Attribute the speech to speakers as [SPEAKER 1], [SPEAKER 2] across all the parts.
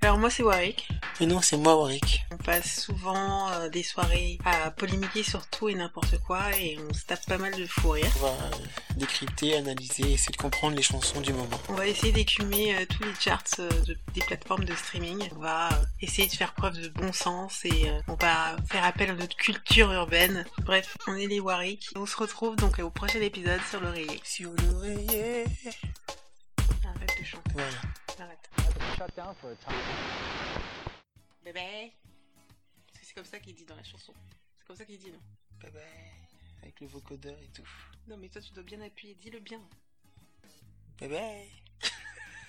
[SPEAKER 1] Alors moi c'est Warwick.
[SPEAKER 2] Mais non, c'est moi, Warwick.
[SPEAKER 1] On passe souvent euh, des soirées à polémiquer sur tout et n'importe quoi et on se tape pas mal de fou rire.
[SPEAKER 2] On va euh, décrypter, analyser, essayer de comprendre les chansons du moment.
[SPEAKER 1] On va essayer d'écumer euh, tous les charts euh, de- des plateformes de streaming. On va euh, essayer de faire preuve de bon sens et euh, on va faire appel à notre culture urbaine. Bref, on est les Warwick. On se retrouve donc au prochain épisode sur l'oreiller.
[SPEAKER 2] Sur l'oreiller.
[SPEAKER 1] Arrête de chanter,
[SPEAKER 2] Voilà.
[SPEAKER 1] arrête.
[SPEAKER 3] shut down for a time.
[SPEAKER 1] Bye bye. Parce que c'est comme ça qu'il dit dans la chanson. C'est comme ça qu'il dit, non
[SPEAKER 2] Bye bye. Avec le vocodeur et tout.
[SPEAKER 1] Non mais toi tu dois bien appuyer, dis-le bien.
[SPEAKER 2] Bye bye.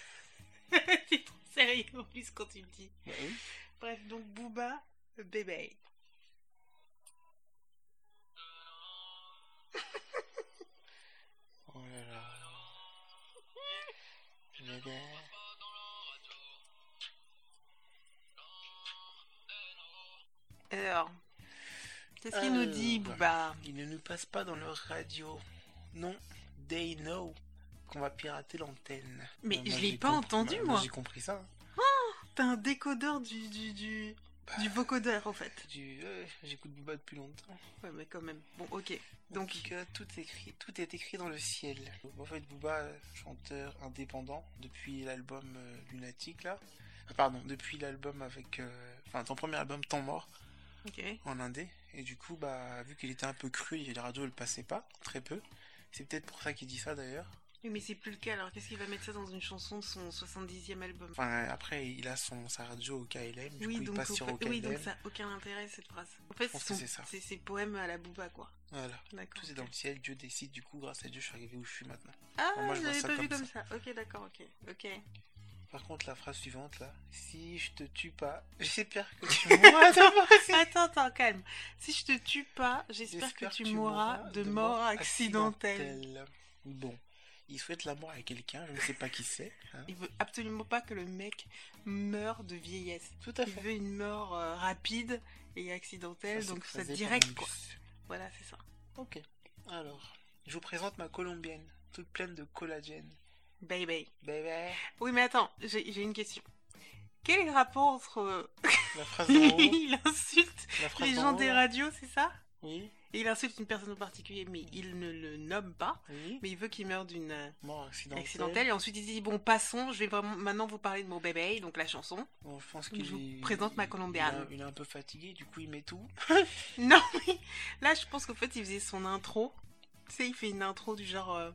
[SPEAKER 1] T'es trop sérieux en plus quand tu le dis.
[SPEAKER 2] Bah oui.
[SPEAKER 1] Bref, donc Booba, le bébé.
[SPEAKER 2] Oh là là. Bye bye.
[SPEAKER 1] Alors, c'est ce qu'il nous dit,
[SPEAKER 2] Alors.
[SPEAKER 1] Booba.
[SPEAKER 2] Ils ne nous passent pas dans leur radio. Non, they know qu'on va pirater l'antenne.
[SPEAKER 1] Mais
[SPEAKER 2] Bah,
[SPEAKER 1] je
[SPEAKER 2] moi,
[SPEAKER 1] l'ai
[SPEAKER 2] j'ai
[SPEAKER 1] pas
[SPEAKER 2] compris-
[SPEAKER 1] entendu,
[SPEAKER 2] bah,
[SPEAKER 1] moi.
[SPEAKER 2] J'ai compris ça.
[SPEAKER 1] T'as un décodeur du, du, du,
[SPEAKER 2] Bah.
[SPEAKER 1] du vocodeur, en fait.
[SPEAKER 2] Du- euh, J'écoute Booba depuis longtemps.
[SPEAKER 1] Ouais, mais quand même. Bon, ok.
[SPEAKER 2] Donc euh,
[SPEAKER 1] Donc,
[SPEAKER 2] tout est écrit, tout est écrit dans le ciel. En fait, Booba, euh, chanteur indépendant depuis l'album euh, Lunatic là. Ah, Pardon, depuis l'album avec, euh, enfin ton premier album Temps mort
[SPEAKER 1] ok.
[SPEAKER 2] en indé. Et du coup, bah vu qu'il était un peu cru, et les radios le passaient pas, très peu. C'est peut-être pour ça qu'il dit ça d'ailleurs.
[SPEAKER 1] Oui, mais c'est plus le cas, alors qu'est-ce qu'il va mettre ça dans une chanson de son 70e album
[SPEAKER 2] Enfin après, il a son sa radio au KLM. Du coup, il passe
[SPEAKER 1] au
[SPEAKER 2] sur
[SPEAKER 1] fait-
[SPEAKER 2] au KLM.
[SPEAKER 1] oui, donc ça a aucun intérêt cette phrase. En fait,
[SPEAKER 2] pense
[SPEAKER 1] son-
[SPEAKER 2] que c'est ça.
[SPEAKER 1] c'est ses poèmes à la Booba, quoi.
[SPEAKER 2] Voilà.
[SPEAKER 1] D'accord.
[SPEAKER 2] Tout est dans le ciel, Dieu décide, du coup grâce à Dieu je suis arrivé où je suis maintenant.
[SPEAKER 1] Ah,
[SPEAKER 2] Moi, je
[SPEAKER 1] je
[SPEAKER 2] vois
[SPEAKER 1] l'avais
[SPEAKER 2] ça
[SPEAKER 1] pas vu
[SPEAKER 2] comme
[SPEAKER 1] comme ça. Ok, d'accord, ok. Ok.
[SPEAKER 2] Par contre la phrase suivante là, si je te tue pas, j'espère que tu mourras d'abord.
[SPEAKER 1] Attends, attends, calme. Si je te tue pas, j'espère que tu mourras de mort accidentelle.
[SPEAKER 2] accidentelle. Bon, il souhaite la mort à quelqu'un, je ne sais pas qui c'est. hein.
[SPEAKER 1] Il veut absolument pas que le mec meure de vieillesse.
[SPEAKER 2] Tout à
[SPEAKER 1] Il
[SPEAKER 2] fait.
[SPEAKER 1] veut une mort euh, rapide et accidentelle,
[SPEAKER 2] c'est
[SPEAKER 1] donc ça
[SPEAKER 2] creusé
[SPEAKER 1] direct,
[SPEAKER 2] par
[SPEAKER 1] quoi.
[SPEAKER 2] un bus.
[SPEAKER 1] Voilà, c'est ça.
[SPEAKER 2] Ok. Alors, je vous présente ma colombienne, toute pleine de collagène.
[SPEAKER 1] Bye bye.
[SPEAKER 2] Bébé.
[SPEAKER 1] Oui, mais attends, j'ai j'ai une question. Quel est le rapport entre euh,
[SPEAKER 2] La phrase d'en haut.
[SPEAKER 1] il insulte
[SPEAKER 2] La phrase
[SPEAKER 1] les
[SPEAKER 2] d'en
[SPEAKER 1] gens
[SPEAKER 2] haut,
[SPEAKER 1] des
[SPEAKER 2] là.
[SPEAKER 1] radios, c'est ça
[SPEAKER 2] Oui,
[SPEAKER 1] Et il insulte une personne en particulier, mais il ne le nomme pas,
[SPEAKER 2] oui.
[SPEAKER 1] mais il veut qu'il meure d'une euh,
[SPEAKER 2] Mort accidentelle.
[SPEAKER 1] accidentelle. Et ensuite il dit bon passons, je vais vraiment maintenant vous parler de mon bébé, donc la chanson.
[SPEAKER 2] Bon, je pense
[SPEAKER 1] Je
[SPEAKER 2] qu'il
[SPEAKER 1] vous
[SPEAKER 2] est-
[SPEAKER 1] présente ma
[SPEAKER 2] il- il est
[SPEAKER 1] colombienne.
[SPEAKER 2] un- Il, est un peu fatigué, du coup il met tout.
[SPEAKER 1] Non, mais là, je pense qu'en fait, il faisait son intro. Tu sais, il fait une intro du genre euh,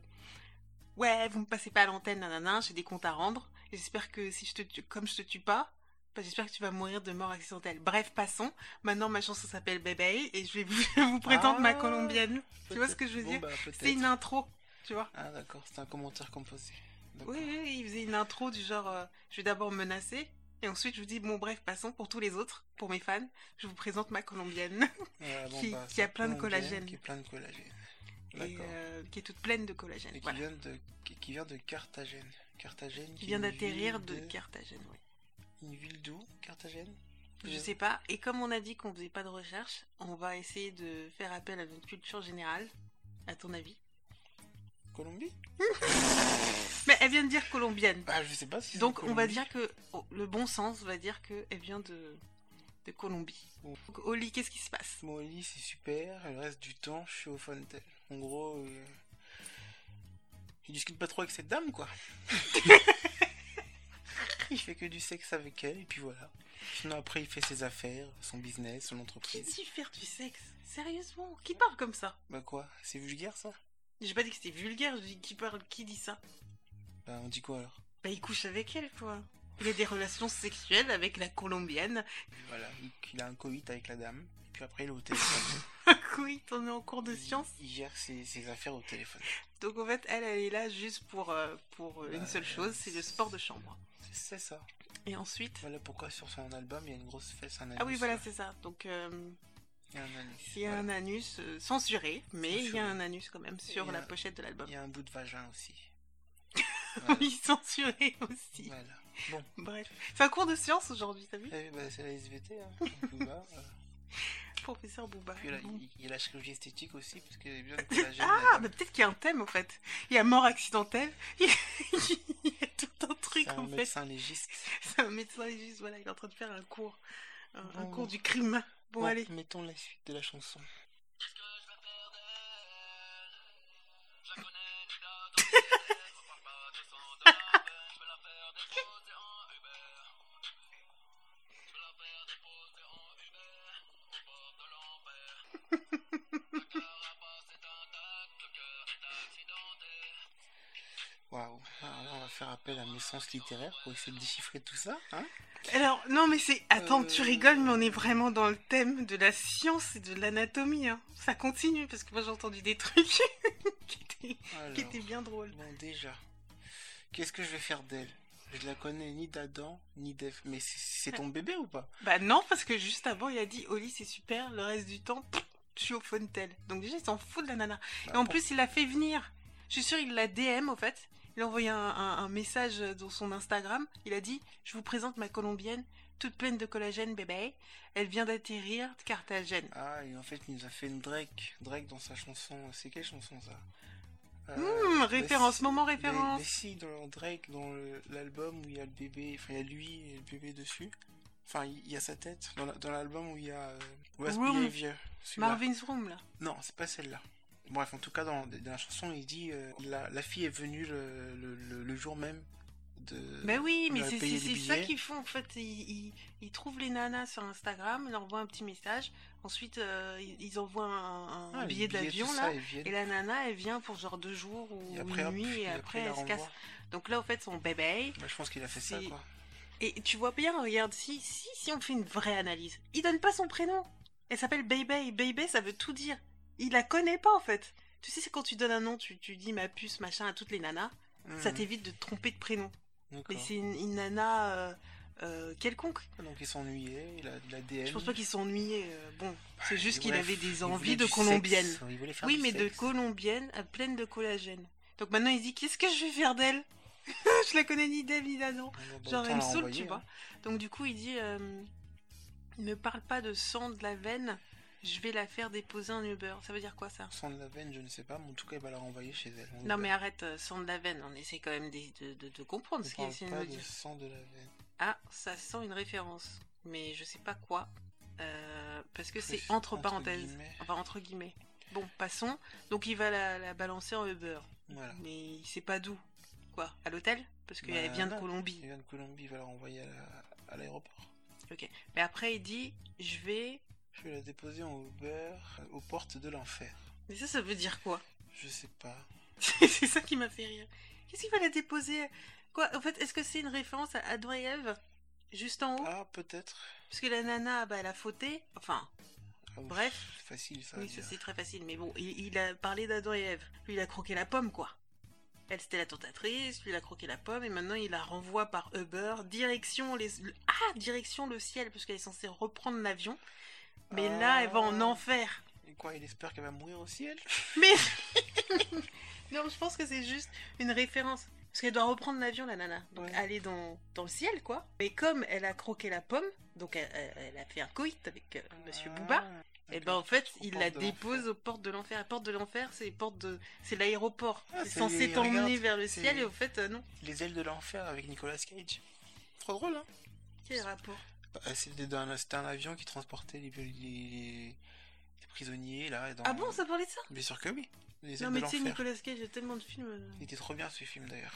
[SPEAKER 1] Ouais, vous me passez pas à l'antenne, nanana, j'ai des comptes à rendre. Et J'espère que si je te tue, comme je te tue pas, bah, j'espère que tu vas mourir de mort accidentelle. Bref, passons. Maintenant, ma chanson s'appelle Bébé et je vais vous, je vous présente ma
[SPEAKER 2] Ah,
[SPEAKER 1] colombienne. Tu vois ce que je veux
[SPEAKER 2] Bon,
[SPEAKER 1] dire
[SPEAKER 2] bah, peut-être.
[SPEAKER 1] C'est une intro, tu vois.
[SPEAKER 2] Ah d'accord, c'est un commentaire composé. D'accord.
[SPEAKER 1] Oui, oui, oui, il faisait une intro du genre euh, Je vais d'abord me menacer. Et ensuite, je vous dis, bon, bref, passons pour tous les autres, pour mes fans, je vous présente ma colombienne,
[SPEAKER 2] Ah, bon,
[SPEAKER 1] qui-
[SPEAKER 2] bah,
[SPEAKER 1] qui
[SPEAKER 2] c'est
[SPEAKER 1] a plein de
[SPEAKER 2] Colombienne,
[SPEAKER 1] collagène.
[SPEAKER 2] Qui est plein de collagène.
[SPEAKER 1] et,
[SPEAKER 2] D'accord.
[SPEAKER 1] euh, qui est toute pleine de collagène.
[SPEAKER 2] Et qui,
[SPEAKER 1] Voilà.
[SPEAKER 2] vient de, qui, qui vient de Carthagène. Carthagène
[SPEAKER 1] qui vient
[SPEAKER 2] est une
[SPEAKER 1] d'atterrir
[SPEAKER 2] ville
[SPEAKER 1] de Carthagène. oui.
[SPEAKER 2] Une ville d'où Carthagène
[SPEAKER 1] Je
[SPEAKER 2] Euh,
[SPEAKER 1] sais pas. Et comme on a dit qu'on faisait pas de recherche, on va essayer de faire appel à notre culture générale. À ton avis
[SPEAKER 2] Colombie
[SPEAKER 1] Mais elle vient de dire colombienne.
[SPEAKER 2] Ah, je sais pas si c'est
[SPEAKER 1] Donc on va
[SPEAKER 2] Colombie.
[SPEAKER 1] dire que oh, le bon sens va dire que elle vient de de Colombie.
[SPEAKER 2] Oh.
[SPEAKER 1] Donc Oli, qu'est-ce qui se passe
[SPEAKER 2] Moi, au lit, c'est super. Le reste du temps, je suis au Fontaine. En gros, euh, il discute pas trop avec cette dame, quoi. il fait que du sexe avec elle, et puis voilà. Sinon, après, il fait ses affaires, son business, son
[SPEAKER 1] Qui
[SPEAKER 2] entreprise.
[SPEAKER 1] dit faire du sexe Sérieusement Qui parle comme ça
[SPEAKER 2] Bah quoi C'est vulgaire, ça
[SPEAKER 1] J'ai pas dit que c'était vulgaire. Je dis qui parle Qui dit ça
[SPEAKER 2] Bah, on dit quoi alors
[SPEAKER 1] Bah il couche avec elle quoi. Il a des relations sexuelles avec la colombienne.
[SPEAKER 2] Voilà, il, il a un coït avec la dame, et puis après, il est au téléphone.
[SPEAKER 1] Ah, oui, t'en es en cours de
[SPEAKER 2] Il-
[SPEAKER 1] science.
[SPEAKER 2] Il gère ses, ses affaires au téléphone.
[SPEAKER 1] Donc en fait, elle, elle est là juste pour, euh, pour euh, une
[SPEAKER 2] Bah,
[SPEAKER 1] seule chose, c'est le sport de chambre.
[SPEAKER 2] C'est ça.
[SPEAKER 1] Et ensuite...
[SPEAKER 2] Voilà pourquoi sur son album, il y a une grosse fesse, un anus.
[SPEAKER 1] Ah oui, voilà,
[SPEAKER 2] là.
[SPEAKER 1] c'est ça. Donc euh,
[SPEAKER 2] Il y a un anus.
[SPEAKER 1] il y a
[SPEAKER 2] voilà.
[SPEAKER 1] un anus euh, censuré, mais il y
[SPEAKER 2] Censuré. euh,
[SPEAKER 1] a un anus quand même sur
[SPEAKER 2] Il y a-
[SPEAKER 1] la pochette de l'album.
[SPEAKER 2] Il y a un bout de vagin aussi.
[SPEAKER 1] Oui, censuré aussi.
[SPEAKER 2] Voilà. Bon,
[SPEAKER 1] Bref. C'est un cours de science aujourd'hui, t'as vu
[SPEAKER 2] eh, bah, c'est la SVT, hein. donc, Booba, euh.
[SPEAKER 1] Professeur Booba.
[SPEAKER 2] Puis là,
[SPEAKER 1] Ah Bon.
[SPEAKER 2] il il y a la chirurgie esthétique aussi, parce qu'il est bien de collagène.
[SPEAKER 1] Ah,
[SPEAKER 2] là-dedans.
[SPEAKER 1] mais peut-être qu'il y a un thème en fait. Il y a mort accidentelle, il y a tout un truc
[SPEAKER 2] C'est un
[SPEAKER 1] en fait.
[SPEAKER 2] médecin légiste.
[SPEAKER 1] C'est un médecin légiste, voilà, il est en train de faire un cours. Un, un
[SPEAKER 2] Bon.
[SPEAKER 1] cours du crime. Bon,
[SPEAKER 2] Bon,
[SPEAKER 1] allez.
[SPEAKER 2] mettons la suite de la chanson. Waouh, Alors là, on va faire appel à mes sens littéraires pour essayer de déchiffrer tout ça. Hein
[SPEAKER 1] Alors, non, mais c'est. Attends, tu
[SPEAKER 2] Euh.
[SPEAKER 1] rigoles, mais on est vraiment dans le thème de la science et de l'anatomie. hein. Ça continue, parce que moi j'ai entendu des trucs qui, étaient...
[SPEAKER 2] Alors,
[SPEAKER 1] qui étaient bien drôles.
[SPEAKER 2] Bon, déjà, qu'est-ce que je vais faire d'elle Je la connais ni d'Adam, ni d'Eve. Mais c'est- c'est ton bébé ou pas
[SPEAKER 1] Bah non, parce que juste avant, il a dit Oli, c'est super, le reste du temps, pff, je suis au Fontel. Donc déjà, il s'en fout de la nana. Et
[SPEAKER 2] Bah,
[SPEAKER 1] en
[SPEAKER 2] pour-
[SPEAKER 1] plus, il l'a fait venir. Je suis sûre, il l'a DM en fait. Il a envoyé un, un- un message dans son Instagram. Il a dit Je vous présente ma colombienne, toute pleine de collagène, bébé. Elle vient d'atterrir de Carthagène.
[SPEAKER 2] Ah, et en fait, il nous a fait une Drake. Drake dans sa chanson. C'est quelle chanson ça Euh,
[SPEAKER 1] Hum,
[SPEAKER 2] bah,
[SPEAKER 1] référence,
[SPEAKER 2] si-
[SPEAKER 1] moment
[SPEAKER 2] mais-
[SPEAKER 1] référence.
[SPEAKER 2] Mais si, dans Drake, dans le- l'album où il y a le bébé, enfin, il y a lui et le bébé dessus. Enfin, il y a sa tête. Dans la- dans l'album où il y a euh, Worst
[SPEAKER 1] Room.
[SPEAKER 2] Behavior. celui-là.
[SPEAKER 1] Marvin's Room là.
[SPEAKER 2] Non, c'est pas celle-là. Bref, en tout cas, dans, dans la chanson, il dit euh, la, la fille est venue le, le- le- le jour même de.
[SPEAKER 1] Bah oui, mais
[SPEAKER 2] il a
[SPEAKER 1] c'est
[SPEAKER 2] payé
[SPEAKER 1] c'est-
[SPEAKER 2] Euh, les
[SPEAKER 1] c'est ça
[SPEAKER 2] billets.
[SPEAKER 1] qu'ils font en fait. Ils, ils- ils trouvent les nanas sur Instagram, ils leur envoient un petit message. Ensuite, euh, ils, ils envoient un, un
[SPEAKER 2] Ah, les
[SPEAKER 1] billet
[SPEAKER 2] billets,
[SPEAKER 1] d'avion
[SPEAKER 2] tout
[SPEAKER 1] là.
[SPEAKER 2] ça, ils viennent.
[SPEAKER 1] Et la nana, elle vient pour genre deux jours ou
[SPEAKER 2] Et après,
[SPEAKER 1] une
[SPEAKER 2] hop,
[SPEAKER 1] nuit
[SPEAKER 2] il-
[SPEAKER 1] et après,
[SPEAKER 2] il la
[SPEAKER 1] elle se casse.
[SPEAKER 2] renvoie.
[SPEAKER 1] Donc là, au fait, son bébé.
[SPEAKER 2] Bah, je pense qu'il a fait ça,
[SPEAKER 1] Si-
[SPEAKER 2] quoi.
[SPEAKER 1] Et tu vois bien, regarde, si, si, si on fait une vraie analyse, il donne pas son prénom. Elle s'appelle Baby. Baby, ça veut tout dire. Il la connaît pas en fait. Tu sais, c'est quand tu donnes un nom, tu, tu dis ma puce, machin à toutes les nanas, ça
[SPEAKER 2] Mhm.
[SPEAKER 1] t'évite de te tromper de prénom. Mais
[SPEAKER 2] D'accord. Ah,
[SPEAKER 1] c'est une, une nana euh, euh, quelconque.
[SPEAKER 2] Donc il s'ennuyait, il a de la DM.
[SPEAKER 1] Je pense pas qu'ils s'ennuyait. euh, bon, c'est
[SPEAKER 2] Et
[SPEAKER 1] juste qu'il
[SPEAKER 2] ouais,
[SPEAKER 1] avait
[SPEAKER 2] il
[SPEAKER 1] des
[SPEAKER 2] voulait
[SPEAKER 1] envies de
[SPEAKER 2] du
[SPEAKER 1] colombienne.
[SPEAKER 2] sexe, il voulait faire
[SPEAKER 1] Oui,
[SPEAKER 2] du
[SPEAKER 1] mais de
[SPEAKER 2] sexe.
[SPEAKER 1] colombienne à pleine de collagène. Donc maintenant, il dit qu'est-ce que je vais faire d'elle Je la connais ni d'elle ni d'Adam.
[SPEAKER 2] Ah, bah,
[SPEAKER 1] Genre,
[SPEAKER 2] autant
[SPEAKER 1] elle me
[SPEAKER 2] la
[SPEAKER 1] saoule,
[SPEAKER 2] renvoyer,
[SPEAKER 1] tu vois.
[SPEAKER 2] hein.
[SPEAKER 1] Donc, du coup, il dit euh, Ne parle pas de sang de la veine, je vais la faire déposer un Uber. Ça veut dire quoi ça
[SPEAKER 2] Sans de la veine, je ne sais pas, mais en tout cas, il va la renvoyer chez elle. On
[SPEAKER 1] Non,
[SPEAKER 2] lui
[SPEAKER 1] mais arrête, euh, sang de la veine, on essaie quand même de, de- de- de
[SPEAKER 2] parle-
[SPEAKER 1] comprendre ce
[SPEAKER 2] on
[SPEAKER 1] qu'il
[SPEAKER 2] parle
[SPEAKER 1] essaie de
[SPEAKER 2] pas
[SPEAKER 1] nous
[SPEAKER 2] de
[SPEAKER 1] dire.
[SPEAKER 2] sang de la veine.
[SPEAKER 1] Ah, ça sent une référence, mais je sais pas quoi, euh, parce que c'est
[SPEAKER 2] Plus,
[SPEAKER 1] entre parenthèses.
[SPEAKER 2] guillemets.
[SPEAKER 1] Enfin, entre guillemets. Bon, passons. Donc, il va la, la balancer en Uber.
[SPEAKER 2] Voilà.
[SPEAKER 1] Mais il sait pas d'où. Quoi À l'hôtel Parce qu'elle
[SPEAKER 2] Bah,
[SPEAKER 1] vient de
[SPEAKER 2] non.
[SPEAKER 1] Colombie.
[SPEAKER 2] Il vient de Colombie, il va la renvoyer à la- à l'aéroport.
[SPEAKER 1] Mais après, il dit Je vais.
[SPEAKER 2] Je vais la déposer en Uber euh, aux portes de l'enfer.
[SPEAKER 1] Mais ça, ça veut dire quoi
[SPEAKER 2] Je sais pas.
[SPEAKER 1] C'est c'est ça qui m'a fait rire. Qu'est-ce qu'il va la déposer Quoi En fait, est-ce que c'est une référence à Adam et Ève Juste en haut
[SPEAKER 2] Ah, peut-être.
[SPEAKER 1] Parce que la nana, bah, elle a fauté. Enfin,
[SPEAKER 2] Ah oui,
[SPEAKER 1] Bref.
[SPEAKER 2] C'est facile ça. à
[SPEAKER 1] oui, ça
[SPEAKER 2] dire.
[SPEAKER 1] c'est très facile. Mais bon, il, il a parlé d'Adam et Ève. Lui, il a croqué la pomme, quoi. Elle, c'était la tentatrice. Lui, il a croqué la pomme. Et maintenant, il la renvoie par Uber. Direction les... le- Ah Direction le ciel. Parce qu'elle est censée reprendre l'avion. Mais là, elle va en
[SPEAKER 2] Ah.
[SPEAKER 1] enfer.
[SPEAKER 2] Et quoi, il espère qu'elle va mourir au ciel
[SPEAKER 1] Mais non, je pense que c'est juste une référence. Parce qu'elle doit reprendre l'avion, la nana. Donc
[SPEAKER 2] Ouais.
[SPEAKER 1] aller dans, dans le ciel, quoi. Mais comme elle a croqué la pomme, donc elle, elle- elle a fait un coït avec euh, Monsieur
[SPEAKER 2] Ah.
[SPEAKER 1] Booba, et ben en fait, il la dépose aux portes de l'enfer. La porte de l'enfer, c'est les portes de... c'est l'aéroport.
[SPEAKER 2] Ah,
[SPEAKER 1] c'est
[SPEAKER 2] c'est-
[SPEAKER 1] censé t'emmener
[SPEAKER 2] regarde,
[SPEAKER 1] vers le
[SPEAKER 2] c'est-
[SPEAKER 1] ciel, et au fait, euh, non.
[SPEAKER 2] Les ailes de l'enfer avec Nicolas Cage. Trop drôle, hein
[SPEAKER 1] Quel rapport
[SPEAKER 2] Bah, C'était dans un- c'était un avion qui transportait les, les- les- les prisonniers là. Dans...
[SPEAKER 1] Ah bon, ça parlait de ça
[SPEAKER 2] Bien sûr que oui. Les
[SPEAKER 1] Non,
[SPEAKER 2] ailes
[SPEAKER 1] mais
[SPEAKER 2] de
[SPEAKER 1] tu sais,
[SPEAKER 2] l'enfer.
[SPEAKER 1] Nicolas Cage, il y a tellement de films. euh,
[SPEAKER 2] Il était trop bien ce film d'ailleurs.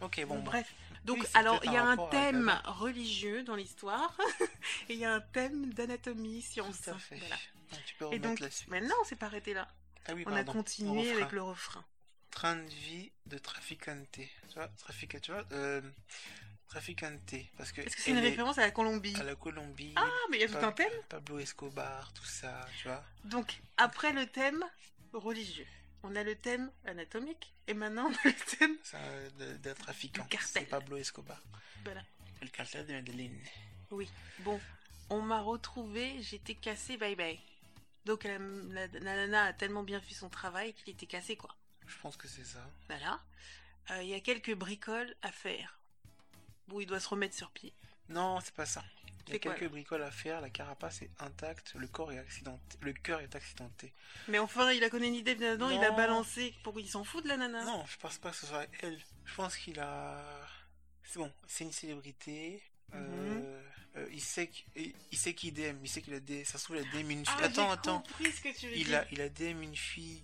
[SPEAKER 2] Ok, bon,
[SPEAKER 1] Bon,
[SPEAKER 2] bah,
[SPEAKER 1] bref. Donc,
[SPEAKER 2] Oui, c'est
[SPEAKER 1] alors, il
[SPEAKER 2] peut-être
[SPEAKER 1] y a
[SPEAKER 2] un
[SPEAKER 1] un
[SPEAKER 2] rapport avec euh,
[SPEAKER 1] thème
[SPEAKER 2] la
[SPEAKER 1] religieux dans l'histoire et il y a un thème d'anatomie, science. hein,
[SPEAKER 2] tout à fait.
[SPEAKER 1] Voilà.
[SPEAKER 2] Donc, tu peux
[SPEAKER 1] Et
[SPEAKER 2] remettre
[SPEAKER 1] donc,
[SPEAKER 2] la suite.
[SPEAKER 1] mais non, on s'est pas arrêté là.
[SPEAKER 2] Ah oui,
[SPEAKER 1] on a
[SPEAKER 2] pardon. On
[SPEAKER 1] continué
[SPEAKER 2] refera.
[SPEAKER 1] avec le refrain.
[SPEAKER 2] Train de vie de traficante. Tu vois, trafica- tu vois, euh, traficante. Parce que.
[SPEAKER 1] Est-ce que c'est une
[SPEAKER 2] elle est
[SPEAKER 1] référence à la Colombie
[SPEAKER 2] À la Colombie,
[SPEAKER 1] Ah, mais il y a tout
[SPEAKER 2] Pas-
[SPEAKER 1] un thème.
[SPEAKER 2] Pablo Escobar, tout ça, tu vois.
[SPEAKER 1] Donc, après le thème religieux, on a le thème anatomique et maintenant on a le thème.
[SPEAKER 2] C'est un- de- d'un trafiquant.
[SPEAKER 1] Le cartel.
[SPEAKER 2] C'est Pablo Escobar.
[SPEAKER 1] Voilà.
[SPEAKER 2] Le cartel de Medellín.
[SPEAKER 1] Bon, on m'a retrouvé, j'étais cassée, bye bye. Donc, la, la- la nana a tellement bien fait son travail qu'il était cassé, quoi.
[SPEAKER 2] Je pense que c'est ça.
[SPEAKER 1] Voilà. Euh, Il y a quelques bricoles à faire. Bon, il doit se remettre sur pied.
[SPEAKER 2] Non, c'est pas ça. Il y
[SPEAKER 1] C'est
[SPEAKER 2] a
[SPEAKER 1] quoi,
[SPEAKER 2] quelques bricoles à faire, la carapace est intacte, le corps est accidenté, le cœur est accidenté.
[SPEAKER 1] Mais enfin, il a connu une idée là-dedans, il a
[SPEAKER 2] Non.
[SPEAKER 1] Ah. balancé. Pour... Il s'en fout de la nana.
[SPEAKER 2] Non, je pense pas que ce soit elle. Je pense qu'il a C'est bon, c'est une célébrité.
[SPEAKER 1] Mhm.
[SPEAKER 2] Euh, euh, il sait qu'- il il sait qu'il DM, il sait qu'il a DM, ça se trouve il a DM une fille.
[SPEAKER 1] Ah,
[SPEAKER 2] attends,
[SPEAKER 1] j'ai
[SPEAKER 2] attends,
[SPEAKER 1] compris ce que tu veux
[SPEAKER 2] il
[SPEAKER 1] dire.
[SPEAKER 2] a, il a DM une fille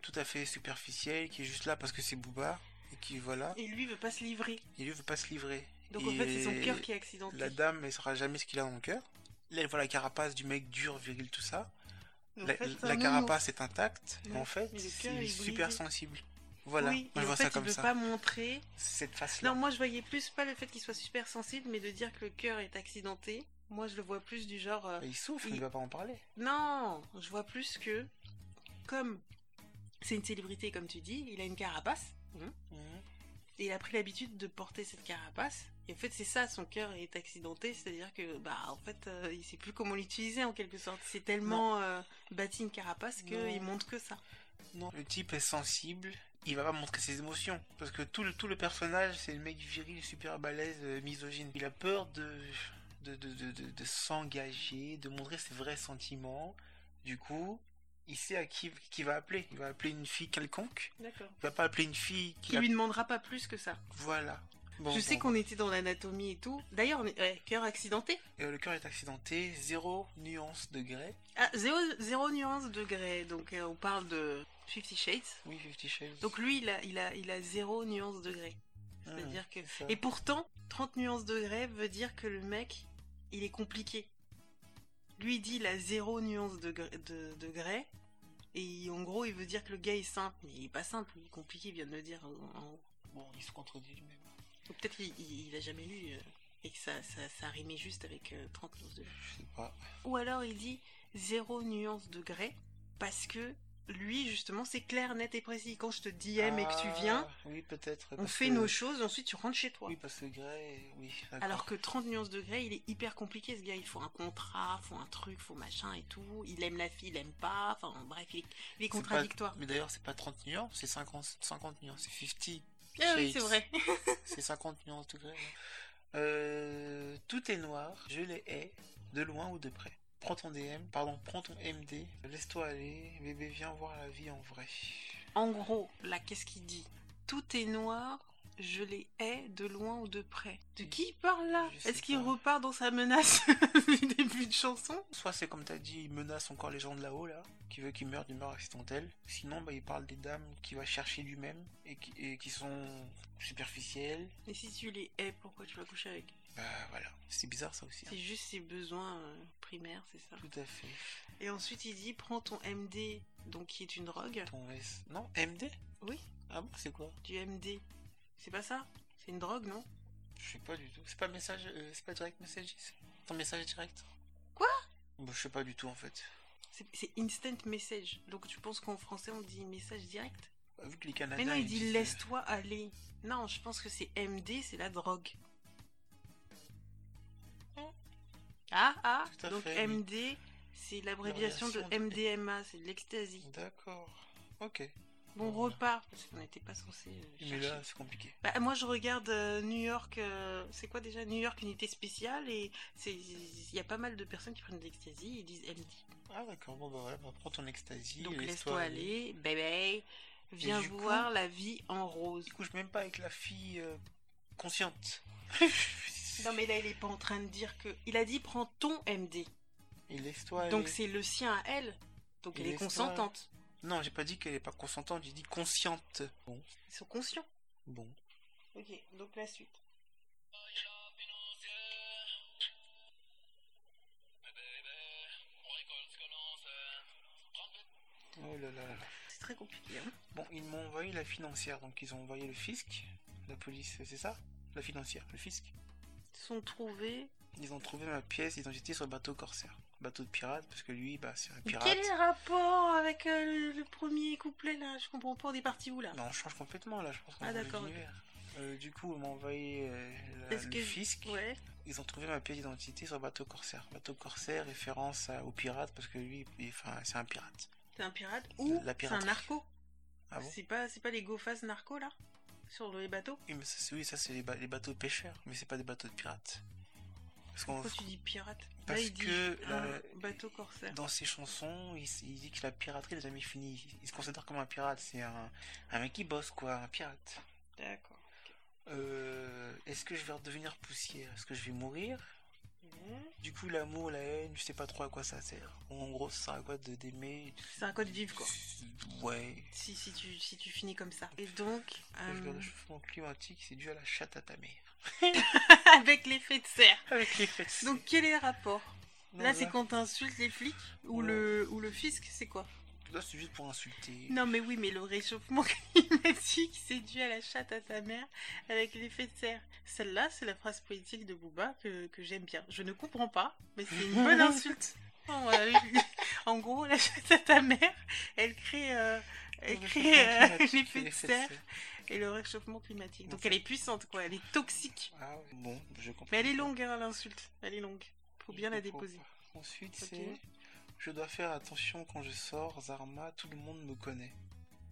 [SPEAKER 2] tout à fait superficielle qui est juste là parce que c'est Booba et qui voilà,
[SPEAKER 1] Et lui veut pas se livrer.
[SPEAKER 2] il lui veut pas se livrer.
[SPEAKER 1] Donc en fait, c'est son
[SPEAKER 2] Et
[SPEAKER 1] cœur qui est accidenté.
[SPEAKER 2] La dame ne saura jamais ce qu'il a dans le cœur. Là, elle voit la carapace du mec dur, viril, tout ça.
[SPEAKER 1] Mais en
[SPEAKER 2] la
[SPEAKER 1] fait, c'est un
[SPEAKER 2] la
[SPEAKER 1] nounours.
[SPEAKER 2] carapace est intacte, mais
[SPEAKER 1] Ouais,
[SPEAKER 2] en fait,
[SPEAKER 1] mais le
[SPEAKER 2] c'est
[SPEAKER 1] cœur est
[SPEAKER 2] super
[SPEAKER 1] brisé.
[SPEAKER 2] sensible. Voilà,
[SPEAKER 1] Oui,
[SPEAKER 2] moi
[SPEAKER 1] et
[SPEAKER 2] je
[SPEAKER 1] en
[SPEAKER 2] vois
[SPEAKER 1] fait,
[SPEAKER 2] ça comme
[SPEAKER 1] il veut
[SPEAKER 2] ça.
[SPEAKER 1] pas montrer.
[SPEAKER 2] Cette face-là.
[SPEAKER 1] Non, moi je voyais plus pas le fait qu'il soit super sensible, mais de dire que le cœur est accidenté. Moi je le vois plus du genre. euh,
[SPEAKER 2] Mais Il souffre,
[SPEAKER 1] il-
[SPEAKER 2] il va pas en parler.
[SPEAKER 1] Non, je vois plus que comme c'est une célébrité comme tu dis, il a une carapace. hein, Et il a pris l'habitude de porter cette carapace. Et en fait, c'est ça, son cœur est accidenté, c'est-à-dire que, bah, en fait, euh, il sait plus comment l'utiliser en quelque sorte. C'est tellement euh, bâti une carapace
[SPEAKER 2] Non.
[SPEAKER 1] qu'il montre que ça.
[SPEAKER 2] Non, le type est sensible, il va pas montrer ses émotions. Parce que tout le, tout le personnage, c'est le mec viril, super balèze, euh, misogyne. Il a peur de, de, de, de, de- de s'engager, de montrer ses vrais sentiments. Du coup, il sait à qui, qui va appeler. Il va appeler une fille quelconque.
[SPEAKER 1] D'accord.
[SPEAKER 2] Il va pas appeler une fille qui.
[SPEAKER 1] Qui lui demandera pas plus que ça.
[SPEAKER 2] Voilà. Bon,
[SPEAKER 1] Je
[SPEAKER 2] bon,
[SPEAKER 1] sais qu'on était dans l'anatomie et tout. D'ailleurs, on est- ouais, cœur accidenté.
[SPEAKER 2] Euh, le cœur est accidenté, zéro nuance de grès.
[SPEAKER 1] Ah, zéro, zéro nuance de grès. Donc, euh, on parle de Fifty Shades.
[SPEAKER 2] Oui, Fifty Shades.
[SPEAKER 1] Donc, lui, il a, il a, il a zéro nuance de grès.
[SPEAKER 2] Ah,
[SPEAKER 1] C'est-à-dire que.
[SPEAKER 2] c'est ça.
[SPEAKER 1] Et pourtant, 30 nuances de grès veut dire que le mec, il est compliqué. Lui, il dit il a zéro nuance de, gr- de, de grès. Et en gros, il veut dire que le gars est simple. Mais il est pas simple, il est compliqué, il vient de le dire. en- en-
[SPEAKER 2] Bon, il se contredit lui-même.
[SPEAKER 1] Ou Peut-être qu'il il, il a jamais lu. euh, Et que ça, ça, ça rimait juste avec euh, 30 nuances de grès.
[SPEAKER 2] Je sais pas.
[SPEAKER 1] Ou alors il dit zéro nuance de grès, parce que lui, justement, c'est clair, net et précis. Quand je te dis aime et que tu viens,
[SPEAKER 2] Ah, Oui, peut-être.
[SPEAKER 1] on
[SPEAKER 2] parce
[SPEAKER 1] fait
[SPEAKER 2] que-
[SPEAKER 1] nos choses, ensuite tu rentres chez toi.
[SPEAKER 2] Oui, parce que Grey, oui. d'accord.
[SPEAKER 1] Alors que 30 nuances de grès, il est hyper compliqué ce gars. Il faut un contrat, faut un truc, faut machin et tout. Il aime la fille, il aime pas. Enfin bref, il est, il est
[SPEAKER 2] pas-
[SPEAKER 1] contradictoire.
[SPEAKER 2] Mais d'ailleurs, c'est pas 30 nuances, c'est 50, 50 nuances, c'est 50.
[SPEAKER 1] Ah oui,
[SPEAKER 2] shades.
[SPEAKER 1] c'est vrai.
[SPEAKER 2] c'est 50 nuances de Grey. ouais. Euh, tout est noir, je les hais, de loin ou de près. Prends ton DM, pardon, prends ton MD, laisse-toi aller, bébé, viens voir la vie en vrai.
[SPEAKER 1] En gros, là, qu'est-ce qu'il dit Tout est noir, je les hais de loin ou de près. De qui il parle là
[SPEAKER 2] Je sais
[SPEAKER 1] Est-ce qu'il
[SPEAKER 2] pas.
[SPEAKER 1] repart dans sa menace du début de chanson
[SPEAKER 2] Soit c'est comme t'as dit, il menace encore les gens de là-haut, là, qui veut qu'ils meurent d'une mort accidentelle. Sinon, bah, il parle des dames qui va chercher lui-même et qui, et qui sont superficielles.
[SPEAKER 1] Et si tu les hais, pourquoi tu vas coucher avec
[SPEAKER 2] Bah voilà, c'est bizarre ça aussi. hein.
[SPEAKER 1] C'est juste ses besoins euh, primaires, c'est ça.
[SPEAKER 2] Tout à fait.
[SPEAKER 1] Et ensuite, il dit prends ton MD, donc qui est une drogue.
[SPEAKER 2] Ton S. Non, MD
[SPEAKER 1] Oui.
[SPEAKER 2] Ah bon, c'est quoi
[SPEAKER 1] Du MD. C'est pas ça C'est une drogue, non
[SPEAKER 2] Je sais pas du tout. C'est pas message, euh, c'est pas direct message. c'est- Ton message direct.
[SPEAKER 1] Quoi
[SPEAKER 2] Bah, Je sais pas du tout en fait.
[SPEAKER 1] C'est- C'est instant message. Donc tu penses qu'en français on dit message direct
[SPEAKER 2] Bah, vu que les Canadiens.
[SPEAKER 1] Mais non, il
[SPEAKER 2] ils
[SPEAKER 1] dit
[SPEAKER 2] disent, euh,
[SPEAKER 1] laisse-toi aller. Non, je pense que c'est MD, c'est la drogue. Ah
[SPEAKER 2] Tout
[SPEAKER 1] ah
[SPEAKER 2] à
[SPEAKER 1] Donc
[SPEAKER 2] fait, oui.
[SPEAKER 1] MD, c'est l'abréviation de
[SPEAKER 2] L'abréviation de-
[SPEAKER 1] MDMA, c'est de l'ecstasy.
[SPEAKER 2] euh, D'accord. Ok.
[SPEAKER 1] Bon
[SPEAKER 2] Voilà.
[SPEAKER 1] repas, parce qu'on n'était pas censé. euh,
[SPEAKER 2] Mais
[SPEAKER 1] chercher.
[SPEAKER 2] là, c'est compliqué.
[SPEAKER 1] Bah, moi je regarde euh, New York, euh, c'est quoi déjà New York unité spéciale et c'est- il y a pas mal de personnes qui prennent de l'ecstasy et disent MD.
[SPEAKER 2] Ah d'accord. Bon bah voilà, bah, prends ton ecstasy.
[SPEAKER 1] Donc laisse-toi aller, bébé. Viens
[SPEAKER 2] du coup-
[SPEAKER 1] voir la vie en rose.
[SPEAKER 2] Il couche même pas avec la fille euh, consciente.
[SPEAKER 1] Non mais là il est pas en train de dire que. Il a dit prends ton MD.
[SPEAKER 2] Et laisse-toi aller.
[SPEAKER 1] Donc c'est le sien à elle. Donc
[SPEAKER 2] Et
[SPEAKER 1] elle est
[SPEAKER 2] laisse-toi
[SPEAKER 1] consentante.
[SPEAKER 2] Non, j'ai pas dit qu'elle est pas consentante. J'ai dit consciente. Bon,
[SPEAKER 1] Ils sont conscients.
[SPEAKER 2] bon.
[SPEAKER 1] Ok, donc la suite.
[SPEAKER 2] Oh là là là.
[SPEAKER 1] C'est très compliqué. hein.
[SPEAKER 2] Bon, ils m'ont envoyé la financière, donc ils ont envoyé le fisc, la police, c'est ça La financière, le fisc.
[SPEAKER 1] Ils sont trouvés.
[SPEAKER 2] Ils ont trouvé ma pièce d'identité sur le bateau corsaire. Bateau de pirate, parce que lui, bah, c'est un pirate.
[SPEAKER 1] Quel est le rapport avec euh, le, le premier couplet là Je comprends pas, on est parti où là
[SPEAKER 2] Non, on change complètement là, je pense qu'on
[SPEAKER 1] Ah,
[SPEAKER 2] est dans
[SPEAKER 1] d'accord,
[SPEAKER 2] l'univers. Euh, du coup, ils m'ont envoyé euh, la-
[SPEAKER 1] Est-ce
[SPEAKER 2] le
[SPEAKER 1] que-
[SPEAKER 2] fisc.
[SPEAKER 1] Ouais.
[SPEAKER 2] Ils ont trouvé ma pièce d'identité sur bateau corsaire. Bateau corsaire, référence à- au pirate, parce que lui, il- enfin, c'est un pirate.
[SPEAKER 1] C'est un pirate ou
[SPEAKER 2] La
[SPEAKER 1] c'est un
[SPEAKER 2] piraterie.
[SPEAKER 1] narco
[SPEAKER 2] Ah bon
[SPEAKER 1] C'est pas, c'est pas les gofas narco là Sur les bateaux
[SPEAKER 2] oui, mais ça, c'est- oui, ça, c'est les, ba- les bateaux de pêcheurs, mais c'est pas des bateaux de pirates. Parce qu'on
[SPEAKER 1] Pourquoi tu dis pirate
[SPEAKER 2] Parce
[SPEAKER 1] Là il dit
[SPEAKER 2] que
[SPEAKER 1] un
[SPEAKER 2] la-
[SPEAKER 1] bateau corsaire.
[SPEAKER 2] Dans ses chansons, il, s- il dit que la piraterie n'est jamais finie. Il se considère comme un pirate. C'est un, un mec qui bosse, quoi, un pirate.
[SPEAKER 1] D'accord.
[SPEAKER 2] euh, est-ce que je vais redevenir poussière Est-ce que je vais mourir Du coup, l'amour, la haine, je sais pas trop à quoi ça sert. En gros, ça sert à quoi de d'aimer
[SPEAKER 1] C'est un code vivre, quoi.
[SPEAKER 2] Ouais.
[SPEAKER 1] Si, si, tu, si tu finis comme ça. Et donc,
[SPEAKER 2] Parce que
[SPEAKER 1] euh,
[SPEAKER 2] Le réchauffement climatique, c'est dû à la chatte à ta mère.
[SPEAKER 1] euh, avec l'effet de serre.
[SPEAKER 2] Avec les fesses.
[SPEAKER 1] Donc, quel est le rapport
[SPEAKER 2] Non,
[SPEAKER 1] Là, c'est quand t'insultes les flics ou
[SPEAKER 2] Ouais.
[SPEAKER 1] le, ou le fisc, c'est quoi
[SPEAKER 2] Là, c'est juste pour insulter.
[SPEAKER 1] Non, mais oui, mais le réchauffement climatique, c'est dû à la chatte à ta mère avec l'effet de serre. Celle-là, c'est la phrase poétique de Booba que, que j'aime bien. Je ne comprends pas, mais c'est une bonne insulte. En, euh, en gros, la chatte à ta mère, elle crée, euh, elle
[SPEAKER 2] Le
[SPEAKER 1] crée
[SPEAKER 2] réchauffement
[SPEAKER 1] euh,
[SPEAKER 2] climatique,
[SPEAKER 1] l'effet de
[SPEAKER 2] les fesses.
[SPEAKER 1] serre et le réchauffement climatique. Donc elle est puissante, quoi. Elle est toxique.
[SPEAKER 2] Ah, ouais. bon, je comprends.
[SPEAKER 1] Mais elle est
[SPEAKER 2] pas.
[SPEAKER 1] longue, hein, l'insulte. Elle est longue. Faut bien
[SPEAKER 2] Je
[SPEAKER 1] la
[SPEAKER 2] comprends
[SPEAKER 1] déposer.
[SPEAKER 2] pas. Ensuite,
[SPEAKER 1] Ok.
[SPEAKER 2] c'est Je dois faire attention quand je sors, Zarma, tout le monde me connaît.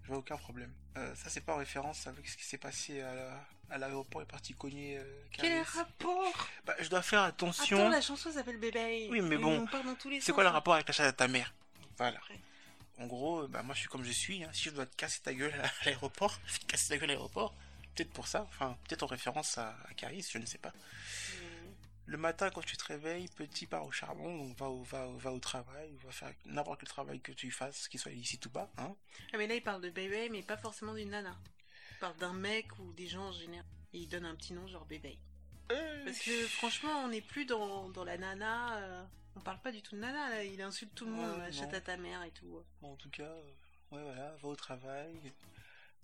[SPEAKER 2] Je vois aucun problème. Euh, ça, c'est pas en référence avec ce qui s'est passé à la- à l'aéroport et parti cogner. euh,
[SPEAKER 1] Quel
[SPEAKER 2] Clarisse.
[SPEAKER 1] rapport
[SPEAKER 2] Bah, Je dois faire attention.
[SPEAKER 1] Attends, la chanson s'appelle Bébé.
[SPEAKER 2] Oui, mais bon,
[SPEAKER 1] On part dans tous les
[SPEAKER 2] C'est
[SPEAKER 1] sens,
[SPEAKER 2] quoi le
[SPEAKER 1] hein.
[SPEAKER 2] rapport avec la chatte à ta mère Voilà.
[SPEAKER 1] Après.
[SPEAKER 2] En gros, euh, bah, moi je suis comme je suis. hein. Si je dois te casser ta gueule à l'aéroport, je vais te casser ta gueule à l'aéroport. Peut-être pour ça, enfin, peut-être en référence à, à Caris, je ne sais pas.
[SPEAKER 1] hein.
[SPEAKER 2] Le matin, quand tu te réveilles, petit part au charbon, donc va au, va, au- va au travail, va faire n'importe quel travail que tu fasses, qu'il soit illicite ou pas. Hein.
[SPEAKER 1] Ah mais là il parle de bébé mais pas forcément d'une nana. Il parle d'un mec ou des gens en général. Et il donne un petit nom genre bébé. Parce que franchement on n'est plus dans, dans la nana. euh, on parle pas du tout de nana là. Il insulte tout le
[SPEAKER 2] Ouais,
[SPEAKER 1] monde.
[SPEAKER 2] non.
[SPEAKER 1] la chatte à ta mère et tout.
[SPEAKER 2] Bon, en tout cas, euh, ouais, voilà, va au travail.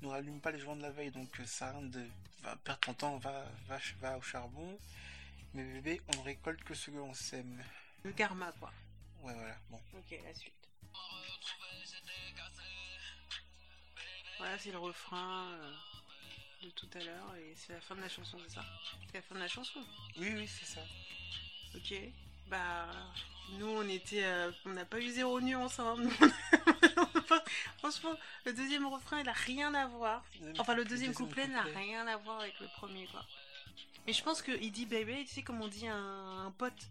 [SPEAKER 2] Ne rallume pas les joints de la veille, donc euh, ça rien de. Va perdre ton temps, va, va, ch- va au charbon. Mais bébé, on ne récolte que ce que l'on sème.
[SPEAKER 1] Le karma quoi.
[SPEAKER 2] Ouais, voilà, bon.
[SPEAKER 1] Ok la suite. Voilà c'est le refrain euh, de tout à l'heure et c'est la fin de la chanson c'est ça C'est la fin de la chanson.
[SPEAKER 2] Oui, oui, c'est ça.
[SPEAKER 1] Ok. Bah, nous, on était. euh, on n'a pas eu zéro nuance. hein. On a pas- Franchement, le deuxième refrain, il a rien à voir. Enfin, le deuxième couplet n'a rien à voir avec le premier, quoi. Mais je pense qu'il dit bébé, tu sais, comme on dit à un, un pote.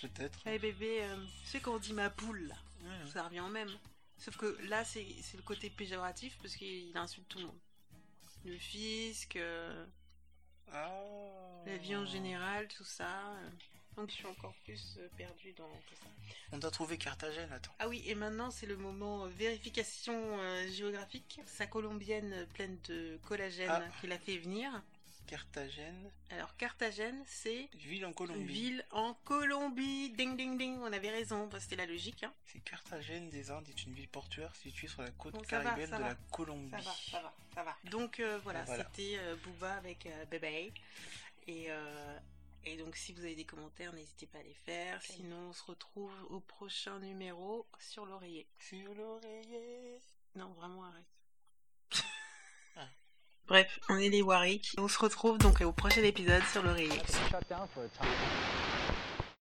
[SPEAKER 2] Peut-être.
[SPEAKER 1] Hey bébé, euh, tu sais, quand on dit ma poule, là,
[SPEAKER 2] Mhm.
[SPEAKER 1] ça revient au même. Sauf que là, c'est c'est le côté péjoratif parce qu'il insulte tout le monde. Le fisc. euh,
[SPEAKER 2] Ah.
[SPEAKER 1] la vie en général, tout ça. euh. Donc je suis encore plus euh, perdue dans tout ça.
[SPEAKER 2] On doit trouver Carthagène, attends.
[SPEAKER 1] Ah oui, et maintenant c'est le moment euh, vérification euh, géographique. Sa colombienne euh, pleine de collagène
[SPEAKER 2] Ah.
[SPEAKER 1] qui l'a fait venir.
[SPEAKER 2] Carthagène,
[SPEAKER 1] Alors Carthagène, c'est
[SPEAKER 2] ville en
[SPEAKER 1] une
[SPEAKER 2] Colombie.
[SPEAKER 1] ville en Colombie. Ding ding ding, on avait raison, Bah, c'était la logique. hein.
[SPEAKER 2] C'est Carthagène des Indes est une ville portuaire située sur la côte
[SPEAKER 1] Bon, ça va,
[SPEAKER 2] caribéenne
[SPEAKER 1] ça
[SPEAKER 2] de
[SPEAKER 1] va.
[SPEAKER 2] la Colombie.
[SPEAKER 1] va, ça va. Donc euh, voilà,
[SPEAKER 2] Voilà.
[SPEAKER 1] c'était euh, Booba avec euh, Bébé. Et, euh, et donc si vous avez des commentaires, n'hésitez pas à les faire. Sinon, on se retrouve au prochain numéro sur l'oreiller.
[SPEAKER 2] Sur l'oreiller.
[SPEAKER 1] Non, vraiment, arrête.
[SPEAKER 2] Ah.
[SPEAKER 1] Bref, on est les Warwick. On se retrouve donc au prochain épisode sur l'oreiller.
[SPEAKER 3] That's been shut down for a time.